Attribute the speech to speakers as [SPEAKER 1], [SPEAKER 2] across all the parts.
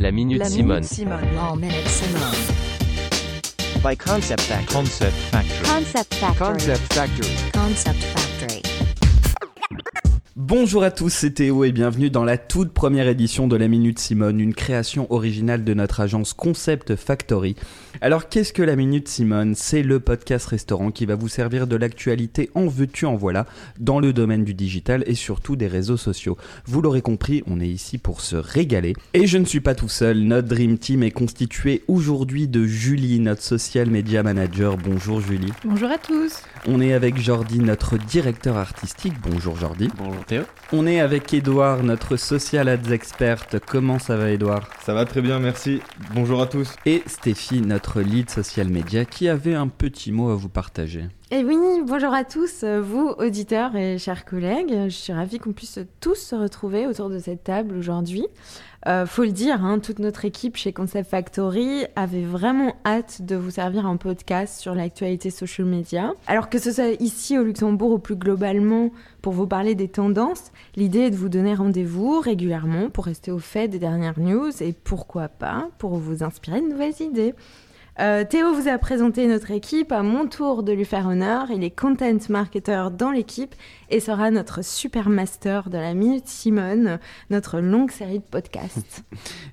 [SPEAKER 1] La Minute
[SPEAKER 2] La
[SPEAKER 1] Simone.
[SPEAKER 2] Minute Simone.
[SPEAKER 3] Law Minute Simone.
[SPEAKER 4] by Concept Factory.
[SPEAKER 5] Concept Factory.
[SPEAKER 3] Concept Factory.
[SPEAKER 5] Factory.
[SPEAKER 3] Concept Factory.
[SPEAKER 6] Bonjour à tous, c'est Théo et bienvenue dans la toute première édition de La Minute Simone, une création originale de notre agence Concept Factory. Alors qu'est-ce que La Minute Simone C'est le podcast restaurant qui va vous servir de l'actualité en veux-tu en voilà dans le domaine du digital et surtout des réseaux sociaux. Vous l'aurez compris, on est ici pour se régaler. Et je ne suis pas tout seul, notre Dream Team est constitué aujourd'hui de Julie, notre social media manager. Bonjour Julie.
[SPEAKER 7] Bonjour à tous.
[SPEAKER 6] On est avec Jordi, notre directeur artistique. Bonjour Jordi.
[SPEAKER 8] Bonjour Théo.
[SPEAKER 6] On est avec Edouard, notre social ads expert. Comment ça va Edouard
[SPEAKER 8] Ça va très bien, merci. Bonjour à tous.
[SPEAKER 6] Et Stéphie, notre lead social media, qui avait un petit mot à vous partager.
[SPEAKER 2] Et oui, bonjour à tous, euh, vous auditeurs et chers collègues. Je suis ravie qu'on puisse tous se retrouver autour de cette table aujourd'hui. Euh, faut le dire, hein, toute notre équipe chez Concept Factory avait vraiment hâte de vous servir un podcast sur l'actualité social media. Alors que ce soit ici au Luxembourg ou plus globalement pour vous parler des tendances, l'idée est de vous donner rendez-vous régulièrement pour rester au fait des dernières news et pourquoi pas pour vous inspirer de nouvelles idées. Euh, Théo vous a présenté notre équipe, à mon tour de lui faire honneur. Il est content marketer dans l'équipe et sera notre super master de la Minute Simone, notre longue série de podcasts.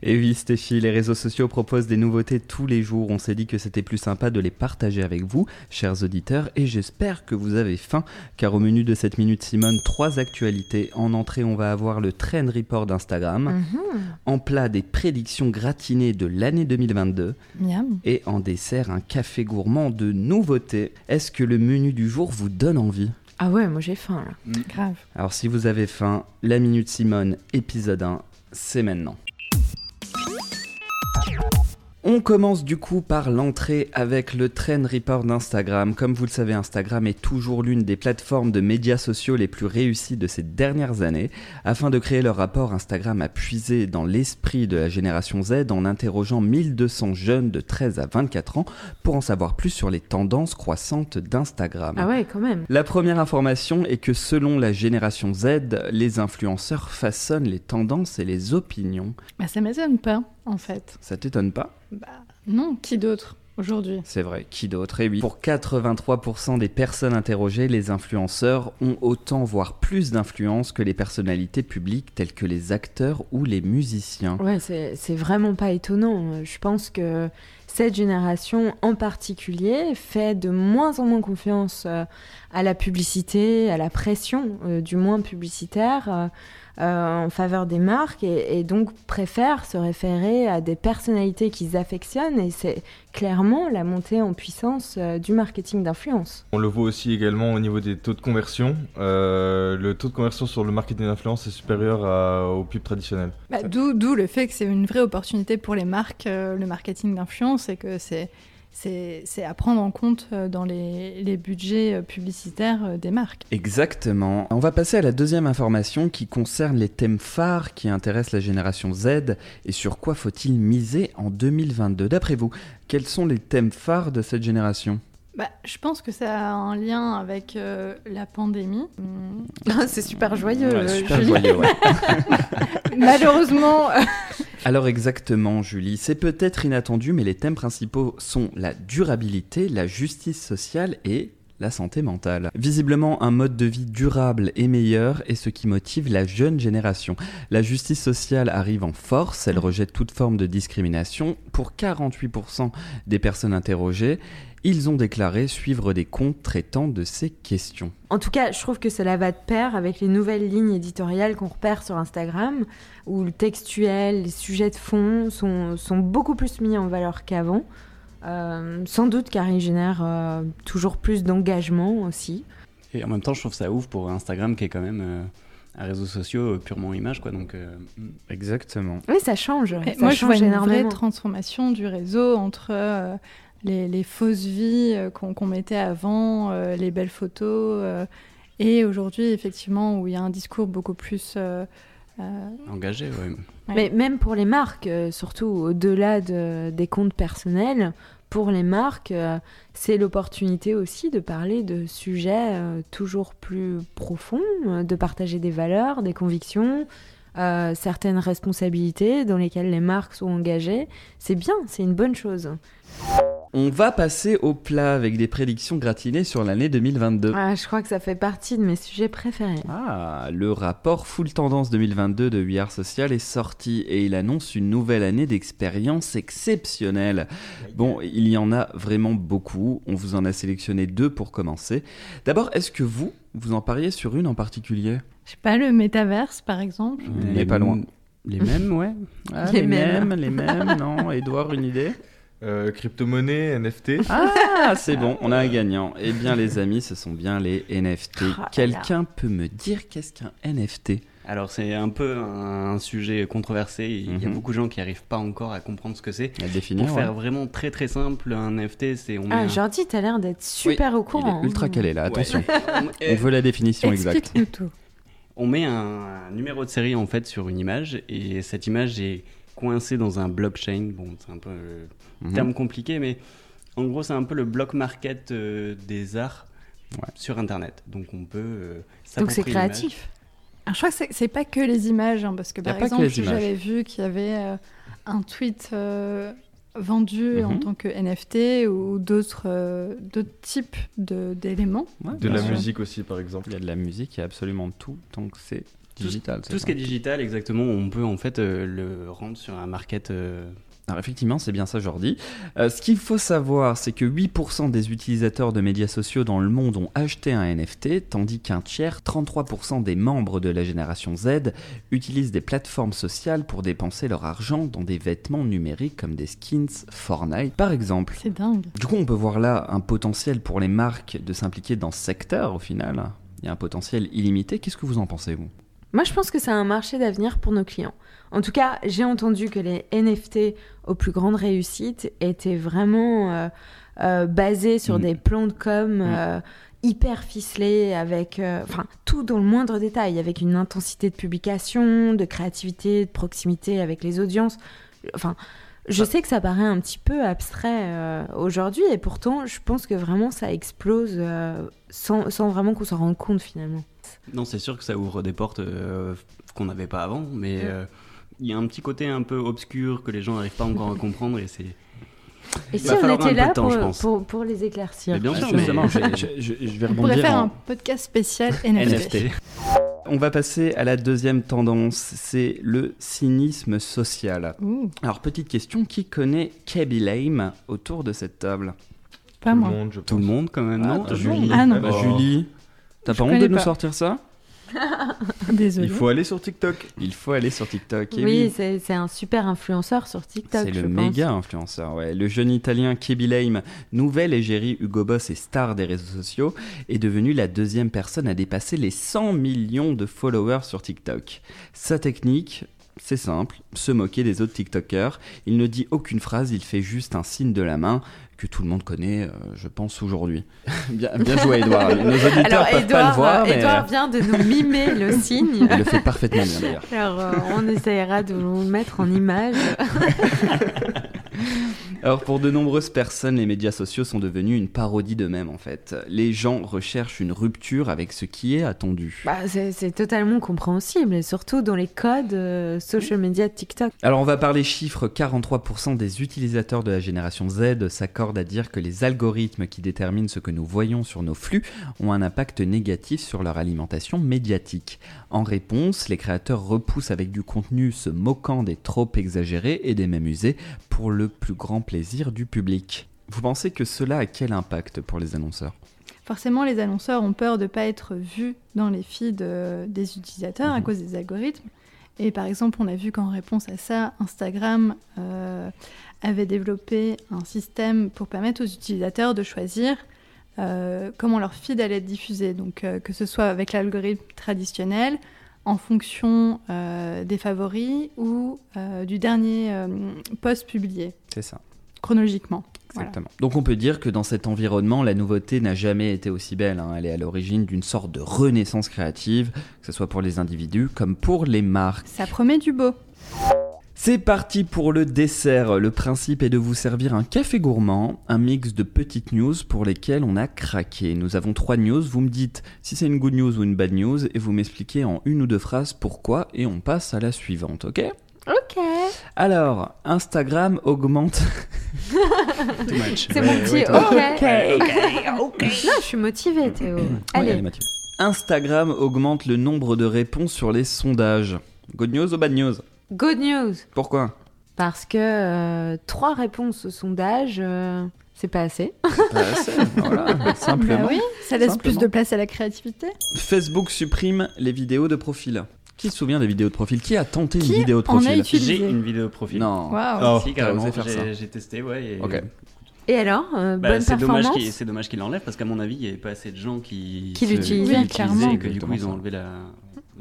[SPEAKER 6] Et oui Stéphie, les réseaux sociaux proposent des nouveautés tous les jours. On s'est dit que c'était plus sympa de les partager avec vous, chers auditeurs, et j'espère que vous avez faim, car au menu de cette minute Simone, trois actualités. En entrée, on va avoir le trend report
[SPEAKER 2] Mm.
[SPEAKER 6] d'Instagram, en plat des prédictions gratinées de l'année 2022,
[SPEAKER 7] Miam.
[SPEAKER 6] et en dessert un café gourmand de nouveautés. Est-ce que le menu du jour vous donne envie
[SPEAKER 2] Ah ouais, moi j'ai faim là.
[SPEAKER 7] Grave.
[SPEAKER 6] Alors si vous avez faim, la Minute Simone, épisode 1, c'est maintenant. On commence du coup par l'entrée avec le trend report d'Instagram. Comme vous le savez, Instagram est toujours l'une des plateformes de médias sociaux les plus réussies de ces dernières années. Afin de créer leur rapport, Instagram a puisé dans l'esprit de la génération Z en interrogeant 1200 jeunes de 13 à 24 ans pour en savoir plus sur les tendances croissantes d'Instagram.
[SPEAKER 2] Ah ouais, quand même.
[SPEAKER 6] La première information est que selon la génération Z, les influenceurs façonnent les tendances et les opinions.
[SPEAKER 7] Bah, ça m'étonne pas, en fait.
[SPEAKER 6] Ça t'étonne pas
[SPEAKER 7] Bah, non, qui d'autre aujourd'hui
[SPEAKER 6] C'est vrai, qui d'autre Et oui, pour 83% des personnes interrogées, les influenceurs ont autant, voire plus d'influence que les personnalités publiques telles que les acteurs ou les musiciens.
[SPEAKER 2] Ouais, c'est c'est vraiment pas étonnant. Euh, Je pense que cette génération en particulier fait de moins en moins confiance euh, à la publicité, à la pression, euh, du moins publicitaire, euh, euh, en faveur des marques et, et donc préfère se référer à des personnalités qu'ils affectionnent et c'est clairement la montée en puissance euh, du marketing d'influence.
[SPEAKER 8] On le voit aussi également au niveau des taux de conversion. Euh, le taux de conversion sur le marketing d'influence est supérieur à- au pub traditionnel.
[SPEAKER 7] Bah, D'où d'où le fait que c'est une vraie opportunité pour les marques, euh, le marketing d'influence, et que c'est c'est c'est à prendre en compte euh, dans les, les budgets euh, publicitaires euh, des marques.
[SPEAKER 6] Exactement. On va passer à la deuxième information qui concerne les thèmes phares qui intéressent la génération Z et sur quoi faut-il miser en 2022. D'après vous, quels sont les thèmes phares de cette génération
[SPEAKER 7] Bah, je pense que ça a un lien avec euh, la pandémie. Hum,
[SPEAKER 2] c'est super joyeux.
[SPEAKER 6] Ouais,
[SPEAKER 2] euh,
[SPEAKER 6] super
[SPEAKER 2] Julie.
[SPEAKER 6] joyeux, ouais.
[SPEAKER 7] Malheureusement,
[SPEAKER 6] Alors exactement, Julie, c'est peut-être inattendu, mais les thèmes principaux sont la durabilité, la justice sociale et la santé mentale. Visiblement, un mode de vie durable et meilleur est ce qui motive la jeune génération. La justice sociale arrive en force, elle rejette toute forme de discrimination. Pour 48% des personnes interrogées, ils ont déclaré suivre des comptes traitant de ces questions.
[SPEAKER 2] En tout cas, je trouve que cela va de pair avec les nouvelles lignes éditoriales qu'on repère sur Instagram, où le textuel, les sujets de fond sont, sont beaucoup plus mis en valeur qu'avant. Euh, sans doute car ils génèrent euh, toujours plus d'engagement aussi.
[SPEAKER 9] Et en même temps, je trouve ça ouf pour Instagram qui est quand même euh, un réseau social euh, purement image, quoi. Donc, euh,
[SPEAKER 6] Exactement.
[SPEAKER 2] Oui, ça change.
[SPEAKER 7] Et
[SPEAKER 2] ça
[SPEAKER 7] moi, je
[SPEAKER 2] change
[SPEAKER 7] vois une vraie
[SPEAKER 2] énormément.
[SPEAKER 7] transformation du réseau entre euh, les, les fausses vies euh, qu'on qu'on mettait avant, euh, les belles photos, euh, et aujourd'hui, effectivement, où il y a un discours beaucoup plus. euh, euh,
[SPEAKER 9] engagé, ouais.
[SPEAKER 2] Mais même pour les marques, euh, surtout au-delà de- des comptes personnels, pour les marques, euh, c'est l'opportunité aussi de parler de sujets euh, toujours plus profonds, euh, de partager des valeurs, des convictions, euh, certaines responsabilités dans lesquelles les marques sont engagées. C'est bien, c'est une bonne chose.
[SPEAKER 6] On va passer au plat avec des prédictions gratinées sur l'année 2022.
[SPEAKER 2] Ah, je crois que ça fait partie de mes sujets préférés.
[SPEAKER 6] Ah, le rapport Full Tendance 2022 de We Are Social est sorti et il annonce une nouvelle année d'expérience exceptionnelle. Bon, il y en a vraiment beaucoup. On vous en a sélectionné deux pour commencer. D'abord, est-ce que vous, vous en pariez sur une en particulier
[SPEAKER 7] Je sais pas, le métaverse, par exemple.
[SPEAKER 6] On
[SPEAKER 9] Les
[SPEAKER 6] n'est pas loin.
[SPEAKER 9] m- Les mêmes, ouais.
[SPEAKER 6] Ah,
[SPEAKER 2] Les mêmes.
[SPEAKER 6] les mêmes, non. Edouard, une idée
[SPEAKER 8] Euh, Crypto-monnaie, NFT.
[SPEAKER 6] Ah, c'est bon, on a un gagnant. Eh bien, les amis, ce sont bien les NFT.
[SPEAKER 2] Ah, là.
[SPEAKER 6] Quelqu'un peut me dire qu'est-ce qu'un NFT
[SPEAKER 9] Alors c'est un peu un sujet controversé. Il y a
[SPEAKER 6] Mhm.
[SPEAKER 9] beaucoup de gens qui n'arrivent pas encore à comprendre ce que c'est.
[SPEAKER 6] À définir.
[SPEAKER 9] Pour
[SPEAKER 6] ouais.
[SPEAKER 9] faire vraiment très très simple, un NFT, c'est on met
[SPEAKER 2] Ah,
[SPEAKER 9] un-
[SPEAKER 2] Jordi, t'as l'air d'être super au
[SPEAKER 6] Il
[SPEAKER 2] courant.
[SPEAKER 6] est ultra calé là,
[SPEAKER 9] Ouais.
[SPEAKER 6] attention.
[SPEAKER 9] on,
[SPEAKER 6] On veut la définition exacte.
[SPEAKER 7] Explique-nous tout.
[SPEAKER 9] on met un, un numéro de série en fait sur une image et cette image est coincée dans un blockchain. Bon, c'est un peu euh,
[SPEAKER 6] Mhm.
[SPEAKER 9] terme compliqué, mais en gros, c'est un peu le block market euh, des arts
[SPEAKER 6] Ouais.
[SPEAKER 9] sur Internet. Donc on peut. euh,
[SPEAKER 2] Donc c'est
[SPEAKER 9] s'approprier l'image.
[SPEAKER 2] créatif.
[SPEAKER 7] Alors, je crois que c'est- c'est pas que les images, hein, parce
[SPEAKER 6] Y
[SPEAKER 7] que
[SPEAKER 6] a
[SPEAKER 7] par
[SPEAKER 6] pas que
[SPEAKER 7] exemple,
[SPEAKER 6] les images.
[SPEAKER 7] j'avais vu qu'il y avait euh, un tweet euh, vendu en
[SPEAKER 6] Mhm.
[SPEAKER 7] tant que NFT ou d'autres euh, d'autres types de- d'éléments.
[SPEAKER 6] Ouais,
[SPEAKER 8] De
[SPEAKER 6] bien
[SPEAKER 8] la
[SPEAKER 6] sûr.
[SPEAKER 8] musique aussi, par exemple.
[SPEAKER 6] Il y a de la musique, il y a absolument tout, tant que c'est
[SPEAKER 9] Tout-
[SPEAKER 6] digital.
[SPEAKER 9] Tout ce qui est digital, exactement, on peut en fait euh, le rendre sur un market. euh,
[SPEAKER 6] Alors effectivement, c'est bien ça Jordi. Euh, ce qu'il faut savoir, c'est que 8% des utilisateurs de médias sociaux dans le monde ont acheté un NFT, tandis qu'un tiers, 33% des membres de la génération Z, utilisent des plateformes sociales pour dépenser leur argent dans des vêtements numériques comme des skins, Fortnite par exemple.
[SPEAKER 7] C'est dingue.
[SPEAKER 6] Du coup, on peut voir là un potentiel pour les marques de s'impliquer dans ce secteur au final. Il y a un potentiel illimité. Qu'est-ce que vous en pensez, vous
[SPEAKER 2] Moi, je pense que c'est un marché d'avenir pour nos clients. En tout cas, j'ai entendu que les NFT aux plus grandes réussites étaient vraiment euh, euh, basés sur
[SPEAKER 6] Mm.
[SPEAKER 2] des plans de com euh, hyper ficelés, avec euh, enfin tout dans le moindre détail, avec une intensité de publication, de créativité, de proximité avec les audiences. Enfin, je
[SPEAKER 6] Bah.
[SPEAKER 2] sais que ça paraît un petit peu abstrait euh, aujourd'hui, et pourtant, je pense que vraiment ça explose euh, sans, sans vraiment qu'on s'en rende compte finalement.
[SPEAKER 9] Non, c'est sûr que ça ouvre des portes euh, qu'on n'avait pas avant, mais euh, il y a un petit côté un peu obscur que les gens n'arrivent pas encore à comprendre et c'est.
[SPEAKER 2] Et
[SPEAKER 9] Il
[SPEAKER 2] si
[SPEAKER 9] va
[SPEAKER 2] on
[SPEAKER 9] falloir un
[SPEAKER 2] était
[SPEAKER 9] peu
[SPEAKER 2] là
[SPEAKER 9] de temps,
[SPEAKER 2] pour,
[SPEAKER 9] je pense. Eh ben,
[SPEAKER 2] pour, pour les éclaircir
[SPEAKER 9] Mais bien sûr, mais-
[SPEAKER 6] Justement, je, je- je- je vais
[SPEAKER 7] On pourrait
[SPEAKER 6] rebondir.
[SPEAKER 7] faire
[SPEAKER 6] en-
[SPEAKER 7] un podcast spécial
[SPEAKER 9] NFT.
[SPEAKER 7] NFT.
[SPEAKER 6] On va passer à la deuxième tendance, c'est le cynisme social.
[SPEAKER 7] Ouh,
[SPEAKER 6] Alors, petite question, qui connaît Kaby Lame autour de cette table
[SPEAKER 7] pas
[SPEAKER 8] Tout
[SPEAKER 7] moi.
[SPEAKER 8] le monde, je
[SPEAKER 9] Tout
[SPEAKER 8] pense.
[SPEAKER 9] le monde quand même,
[SPEAKER 6] Ah,
[SPEAKER 9] non
[SPEAKER 6] tout le
[SPEAKER 9] Julie.
[SPEAKER 8] monde.
[SPEAKER 7] Ah non.
[SPEAKER 8] bah,
[SPEAKER 6] Julie, t'as pas honte de
[SPEAKER 7] connais
[SPEAKER 6] nous
[SPEAKER 7] pas.
[SPEAKER 6] sortir ça
[SPEAKER 7] Désolé.
[SPEAKER 8] Mm. Il faut aller sur TikTok.
[SPEAKER 6] Il faut aller sur TikTok. eh
[SPEAKER 2] Oui, c'est c'est un super influenceur sur TikTok.
[SPEAKER 6] C'est
[SPEAKER 2] je
[SPEAKER 6] le
[SPEAKER 2] pense.
[SPEAKER 6] méga influenceur, ouais. Le jeune italien Kebi Lame, nouvelle égérie Hugo Boss et star des réseaux sociaux, est devenu la deuxième personne à dépasser les 100 millions de followers sur TikTok. Sa technique, c'est simple, se moquer des autres TikTokers. Il ne dit aucune phrase, il fait juste un signe de la main que tout le monde connaît, euh, je pense, aujourd'hui. bien, bien joué, Edouard. Nos auditeurs
[SPEAKER 2] Alors,
[SPEAKER 6] peuvent
[SPEAKER 2] Edouard,
[SPEAKER 6] pas le voir,
[SPEAKER 2] euh,
[SPEAKER 6] mais
[SPEAKER 2] Edouard vient de nous mimer le signe.
[SPEAKER 6] il le fait parfaitement bien, d'ailleurs.
[SPEAKER 2] Alors, euh, on essaiera de vous le mettre en image.
[SPEAKER 6] Alors pour de nombreuses personnes, les médias sociaux sont devenus une parodie d'eux-mêmes en fait. Les gens recherchent une rupture avec ce qui est attendu.
[SPEAKER 2] Bah, c'est c'est totalement compréhensible, et surtout dans les codes euh, social media de TikTok.
[SPEAKER 6] Alors on va parler chiffres, 43% des utilisateurs de la génération Z s'accordent à dire que les algorithmes qui déterminent ce que nous voyons sur nos flux ont un impact négatif sur leur alimentation médiatique. En réponse, les créateurs repoussent avec du contenu se moquant des trop exagérés et des mêmes usés pour le plus grand plaisir du public. Vous pensez que cela a quel impact pour les annonceurs
[SPEAKER 7] Forcément, les annonceurs ont peur de ne pas être vus dans les feeds euh, des utilisateurs à
[SPEAKER 8] Mm-hmm.
[SPEAKER 6] Mhm.
[SPEAKER 7] cause des algorithmes. Et par exemple, on a vu qu'en réponse à ça, Instagram euh, avait développé un système pour permettre aux utilisateurs de choisir euh, comment leur feed allait être diffusé. Donc, euh, que ce soit avec l'algorithme traditionnel, en fonction euh, des favoris ou euh, du dernier euh, post publié,
[SPEAKER 6] C'est ça.
[SPEAKER 7] chronologiquement. Voilà.
[SPEAKER 6] Exactement. Donc on peut dire que dans cet environnement, la nouveauté n'a jamais été aussi belle. hein. Elle est à l'origine d'une sorte de renaissance créative, que ce soit pour les individus comme pour les marques.
[SPEAKER 7] Ça promet du beau.
[SPEAKER 6] C'est parti pour le dessert. Le principe est de vous servir un café gourmand, un mix de petites news pour lesquelles on a craqué. Nous avons trois news, vous me dites si c'est une good news ou une bad news et vous m'expliquez en une ou deux phrases pourquoi et on passe à la suivante, ok
[SPEAKER 2] Ok.
[SPEAKER 6] Alors, Instagram augmente... Too much.
[SPEAKER 2] C'est
[SPEAKER 6] Ouais,
[SPEAKER 2] mon
[SPEAKER 6] ouais,
[SPEAKER 2] petit
[SPEAKER 6] toi.
[SPEAKER 7] Bah
[SPEAKER 2] ok. Non, je suis motivée, Théo.
[SPEAKER 6] Ouais,
[SPEAKER 2] Allez.
[SPEAKER 6] allez, Mathieu. Instagram augmente le nombre de réponses sur les sondages. Good news ou bad news
[SPEAKER 2] Good news.
[SPEAKER 6] Pourquoi
[SPEAKER 2] Parce que euh, trois réponses au sondage, euh, c'est pas assez.
[SPEAKER 6] Pas assez, voilà, simplement.
[SPEAKER 7] Bah oui, ça laisse plus
[SPEAKER 6] Simplement.
[SPEAKER 7] de place à la créativité.
[SPEAKER 6] Facebook supprime les vidéos de profil. Qui se souvient des vidéos de profil Qui a tenté une
[SPEAKER 7] Qui
[SPEAKER 6] vidéo de
[SPEAKER 7] en a
[SPEAKER 6] profil
[SPEAKER 7] utilisé
[SPEAKER 9] J'ai une vidéo profil. Ah,
[SPEAKER 6] Non.
[SPEAKER 7] Waouh.
[SPEAKER 8] Oh.
[SPEAKER 9] si,
[SPEAKER 6] t'as
[SPEAKER 9] carrément,
[SPEAKER 6] osé faire
[SPEAKER 9] j'ai-
[SPEAKER 6] ça.
[SPEAKER 9] j'ai testé, ouais. et-
[SPEAKER 6] Ok.
[SPEAKER 2] Et alors, euh,
[SPEAKER 9] Bah,
[SPEAKER 2] bonne
[SPEAKER 9] c'est dommage
[SPEAKER 2] performance
[SPEAKER 9] qu'il c'est dommage qu'il l'enlève parce qu'à mon avis, il n'y avait pas assez de gens qui,
[SPEAKER 2] Qui
[SPEAKER 9] se-
[SPEAKER 2] l'utilisaient.
[SPEAKER 9] qui
[SPEAKER 7] Oui,
[SPEAKER 9] l'utilisaient
[SPEAKER 7] clairement.
[SPEAKER 9] et que du coup, ils
[SPEAKER 6] Exactement
[SPEAKER 9] ont
[SPEAKER 6] ça.
[SPEAKER 9] enlevé la, la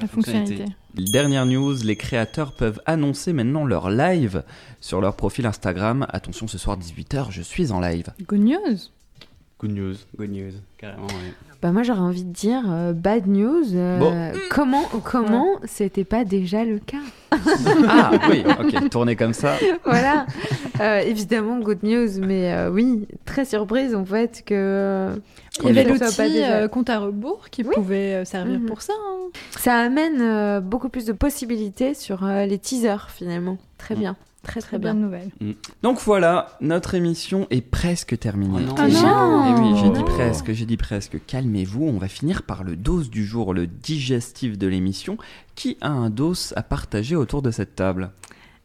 [SPEAKER 7] La fonctionnalité.
[SPEAKER 6] Dernière news, les créateurs peuvent annoncer maintenant leur live sur leur profil Instagram. Attention, ce soir 18h, je suis en live.
[SPEAKER 7] Good news.
[SPEAKER 8] Good news.
[SPEAKER 9] Good news, carrément. ouais.
[SPEAKER 2] Bah, moi, j'aurais envie de dire euh, bad news. euh,
[SPEAKER 6] Bon.
[SPEAKER 2] Comment, comment c'était pas déjà le cas
[SPEAKER 6] Ah oui, ok, tourner comme ça.
[SPEAKER 2] Voilà. Euh, évidemment, good news, mais euh, oui, très surprise en fait que.
[SPEAKER 7] Il y avait
[SPEAKER 2] que ce soit pas
[SPEAKER 7] l'outil
[SPEAKER 2] déjà-
[SPEAKER 7] euh, compte à rebours qui
[SPEAKER 2] Oui.
[SPEAKER 7] pouvait euh, servir
[SPEAKER 2] Mhm.
[SPEAKER 7] pour ça. hein.
[SPEAKER 2] Ça amène euh, beaucoup plus de possibilités sur euh, les teasers finalement. Très
[SPEAKER 9] Mm.
[SPEAKER 2] bien. Très très
[SPEAKER 7] Très
[SPEAKER 2] bien.
[SPEAKER 7] bonne nouvelle.
[SPEAKER 6] Donc voilà, notre émission est presque terminée.
[SPEAKER 9] Oh non.
[SPEAKER 7] Ah non.
[SPEAKER 6] Eh oui, j'ai
[SPEAKER 9] Oh.
[SPEAKER 6] dit presque, j'ai dit presque. Calmez-vous, on va finir par le dos du jour, le digestif de l'émission. Qui a un dos à partager autour de cette table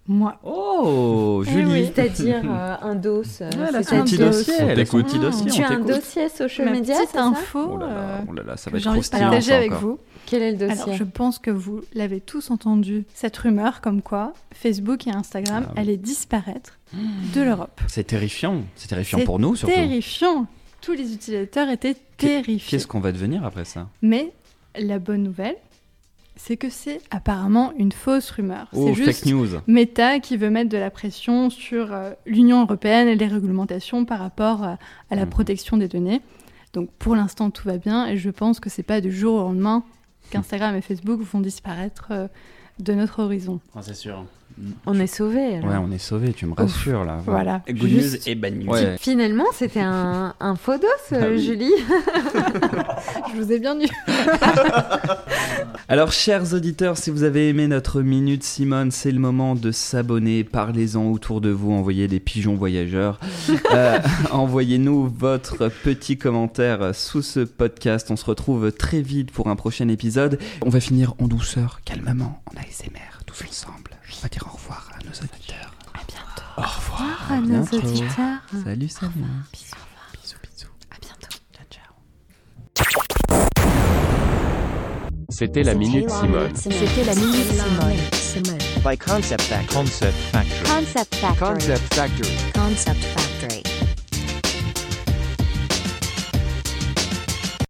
[SPEAKER 7] Moi.
[SPEAKER 2] Eh
[SPEAKER 6] Oh, Julie
[SPEAKER 2] C'est-à-dire euh, un dos. euh,
[SPEAKER 6] Elle a son
[SPEAKER 2] c'est-à-dire-
[SPEAKER 6] petit dossier,
[SPEAKER 8] On
[SPEAKER 6] elle a son
[SPEAKER 8] t'écoute.
[SPEAKER 6] petit dossier,
[SPEAKER 2] Tu
[SPEAKER 6] on
[SPEAKER 2] as un
[SPEAKER 6] t'écoute.
[SPEAKER 2] dossier social
[SPEAKER 7] Ma
[SPEAKER 2] media,
[SPEAKER 7] petite
[SPEAKER 2] c'est ça
[SPEAKER 7] info
[SPEAKER 6] Oh là là,
[SPEAKER 7] euh,
[SPEAKER 6] oh là là, ça
[SPEAKER 7] que
[SPEAKER 6] va être
[SPEAKER 7] j'ai envie de
[SPEAKER 6] croustillant
[SPEAKER 7] partager
[SPEAKER 6] ça
[SPEAKER 7] avec
[SPEAKER 6] encore.
[SPEAKER 7] vous.
[SPEAKER 2] Quel est le
[SPEAKER 7] Alors,
[SPEAKER 2] dossier
[SPEAKER 7] je pense que vous l'avez tous entendu, cette rumeur comme quoi Facebook et Instagram
[SPEAKER 6] Ah oui.
[SPEAKER 7] allaient disparaître de l'Europe.
[SPEAKER 6] C'est terrifiant, c'est terrifiant
[SPEAKER 7] C'est
[SPEAKER 6] pour nous surtout.
[SPEAKER 7] Terrifiant Tous les utilisateurs étaient terrifiés.
[SPEAKER 6] Qu'est-ce qu'on va devenir après ça
[SPEAKER 7] Mais la bonne nouvelle, c'est que c'est apparemment une fausse rumeur.
[SPEAKER 6] Oh,
[SPEAKER 7] c'est
[SPEAKER 6] fake
[SPEAKER 7] juste
[SPEAKER 6] news.
[SPEAKER 7] Meta qui veut mettre de la pression sur euh, l'Union européenne et les réglementations par rapport euh, à la
[SPEAKER 6] Mhm.
[SPEAKER 7] protection des données. Donc pour l'instant tout va bien et je pense que c'est pas du jour au lendemain qu'Instagram et Facebook vont disparaître euh, de notre horizon.
[SPEAKER 9] Ah, c'est sûr.
[SPEAKER 2] On est sauvés. alors.
[SPEAKER 6] Ouais, on est sauvés, tu me rassures là.
[SPEAKER 7] Voilà.
[SPEAKER 9] Good
[SPEAKER 7] Juste-
[SPEAKER 9] news et bad news.
[SPEAKER 6] Ouais.
[SPEAKER 2] Finalement, c'était un, un faux dos, euh,
[SPEAKER 6] Ah oui.
[SPEAKER 2] Julie.
[SPEAKER 7] Je vous ai bien eu.
[SPEAKER 6] Alors, chers auditeurs, si vous avez aimé notre Minute Simone, c'est le moment de s'abonner. Parlez-en autour de vous, envoyez des pigeons voyageurs. Euh, Envoyez-nous votre petit commentaire sous ce podcast. On se retrouve très vite pour un prochain épisode. On va finir en douceur, calmement, en ASMR, tous ensemble. On va dire au revoir à nos auditeurs. À bientôt. Au revoir.
[SPEAKER 2] Ah, nos
[SPEAKER 6] bientôt.
[SPEAKER 2] auditeurs.
[SPEAKER 6] Salut, salut.
[SPEAKER 2] Bisous.
[SPEAKER 6] Bisous, bisous.
[SPEAKER 2] À bientôt.
[SPEAKER 6] Ciao, ciao.
[SPEAKER 1] C'était la Minute Simone.
[SPEAKER 3] C'était la Minute Simone.
[SPEAKER 4] By Concept Factory.
[SPEAKER 1] Concept Factory.
[SPEAKER 3] Concept Factory.
[SPEAKER 1] Concept Factory.
[SPEAKER 3] Concept Factory.